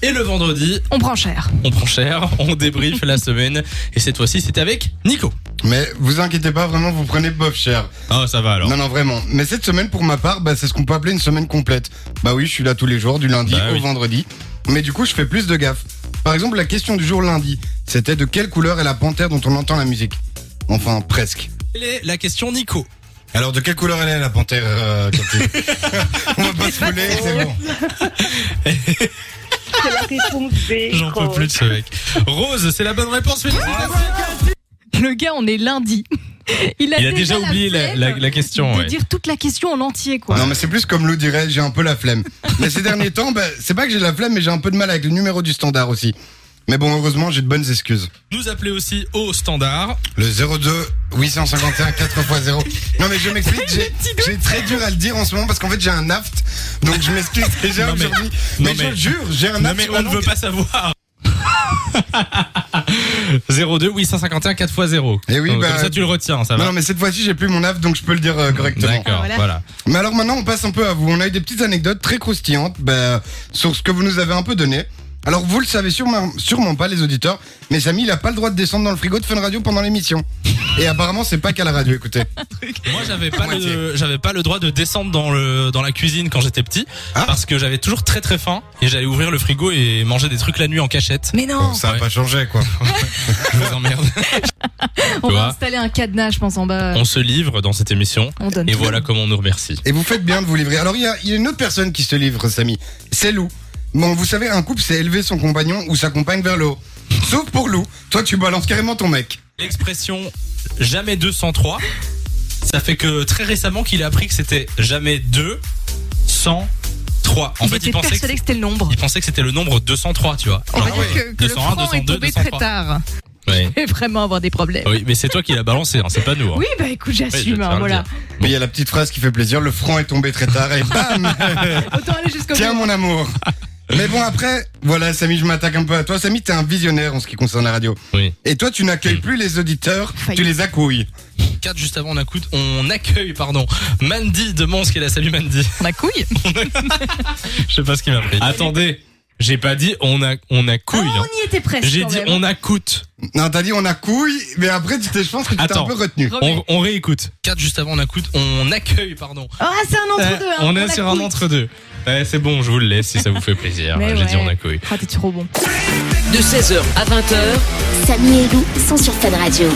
Et le vendredi, On prend cher. on prend cher, on débriefe la semaine. Et cette fois-ci, c'est avec Nico. Mais vous inquiétez pas, vraiment, vous prenez bof cher. Ah, ça va alors. Non, non, vraiment. Mais cette semaine, pour ma part, bah, c'est ce qu'on peut appeler une semaine complète. Bah oui, je suis là tous les jours, du lundi Bah au oui. vendredi. Mais du coup, je fais plus de gaffe. Par exemple, la question du jour lundi, c'était de quelle couleur est la panthère dont on entend la musique Enfin, presque. Quelle est la question, Nico Alors, de quelle couleur elle est la panthère euh, Cathy On va pas se fouler, c'est bon. C'est la réponse B. J'en peux Rose. plus de ce mec. Rose, c'est la bonne réponse. Félicitations. Le gars, on est lundi. Il a, Il a déjà oublié la, flemme la- la question. de ouais. dire toute la question en entier, quoi. Non, mais c'est plus comme Lou dirait, j'ai un peu la flemme. mais ces derniers temps, bah, c'est pas que j'ai la flemme, mais j'ai un peu de mal avec le numéro du standard aussi. Mais bon, heureusement, j'ai de bonnes excuses. Nous appelez aussi au standard. Le 02 851 4x0. Non mais je m'explique, j'ai- j'ai très dur à le dire en ce moment parce qu'en fait j'ai un aft. Donc je m'explique déjà Non, mais- aujourd'hui. non, Mais, je mais- le jure, j'ai un Non aft. mais sur la on ne veut langue. pas savoir. 02 851 4x0. Eh oui, Donc, bah- Comme ça tu le retiens, ça Non, va. non, mais cette fois-ci j'ai plus mon aft donc je peux le dire euh, correctement. D'accord, Ah, voilà. voilà. Mais alors maintenant on passe un peu à vous. On a eu des petites anecdotes très croustillantes bah, sur ce que vous nous avez un peu donné. Alors vous le savez sûrement, sûrement pas les auditeurs, mais Samy il a pas le droit de descendre dans le frigo de Fun Radio pendant l'émission. Et apparemment c'est pas qu'à la radio, écoutez. Moi j'avais pas le Moitié. j'avais pas le droit de descendre dans le dans la cuisine quand j'étais petit Ah. parce que j'avais toujours très très faim et j'allais ouvrir le frigo et manger des trucs la nuit en cachette. Mais non, Bon, Oh, ça a ouais. pas changé quoi. Je vous emmerde. on tu vois. va installer un cadenas, je pense, en bas. On se livre dans cette émission On donne et tout. voilà comment on nous remercie. Et vous faites bien de vous livrer. Alors, il y a, il y a une autre personne qui se livre, Samy. C'est Lou. Bon, vous savez, un couple, c'est élever son compagnon ou sa compagne vers le haut. Sauf pour Lou. Toi, tu balances carrément ton mec. L'expression jamais 203 ça fait que très récemment qu'il a appris que c'était jamais 2 103. En il fait, était il pensait que persuadé que c'était le nombre. il pensait que c'était le nombre 203, tu vois. On va Ah Genre, dire ouais, que, que le 201, franc est 202, tombé très 203. tard. Ouais. Et vraiment avoir des problèmes. Oui, mais c'est toi qui l'as balancé, hein, c'est pas nous. hein. Oui, bah écoute, Ouais, je j'assume, vais te hein, faire le voilà. dire. Mais il y a la petite phrase qui fait plaisir. Le franc est tombé très tard et bam Autant aller jusqu'au Tiens, bout. mon amour. Mais bon, après, voilà, Samy, je m'attaque un peu à toi. Samy, t'es un visionnaire en ce qui concerne la radio. Oui. Et toi, tu n'accueilles plus les auditeurs, Failli. tu les accouilles. 4 juste avant on, accouille- on accueille pardon Mandy de Mons qui est là salut Mandy On a couille. je sais pas ce qui m'a pris attendez j'ai pas dit on a on a couille Ah, hein. on y était presque. j'ai quand dit même. on accoute Non, t'as dit on accouille, mais après, tu t'es- je pense que tu t'es Attends. un peu retenu. Remets. on, on réécoute 4 juste avant on accoute on accueille pardon Ah, c'est un entre-deux. hein, Euh, on est a sur un couille. entre deux c'est bon je vous le laisse si ça vous fait plaisir Mais j'ai dit ouais. on accueille Ah, t'es trop bon. De 16h à 20h, Samy et Lou sont sur Fun Radio.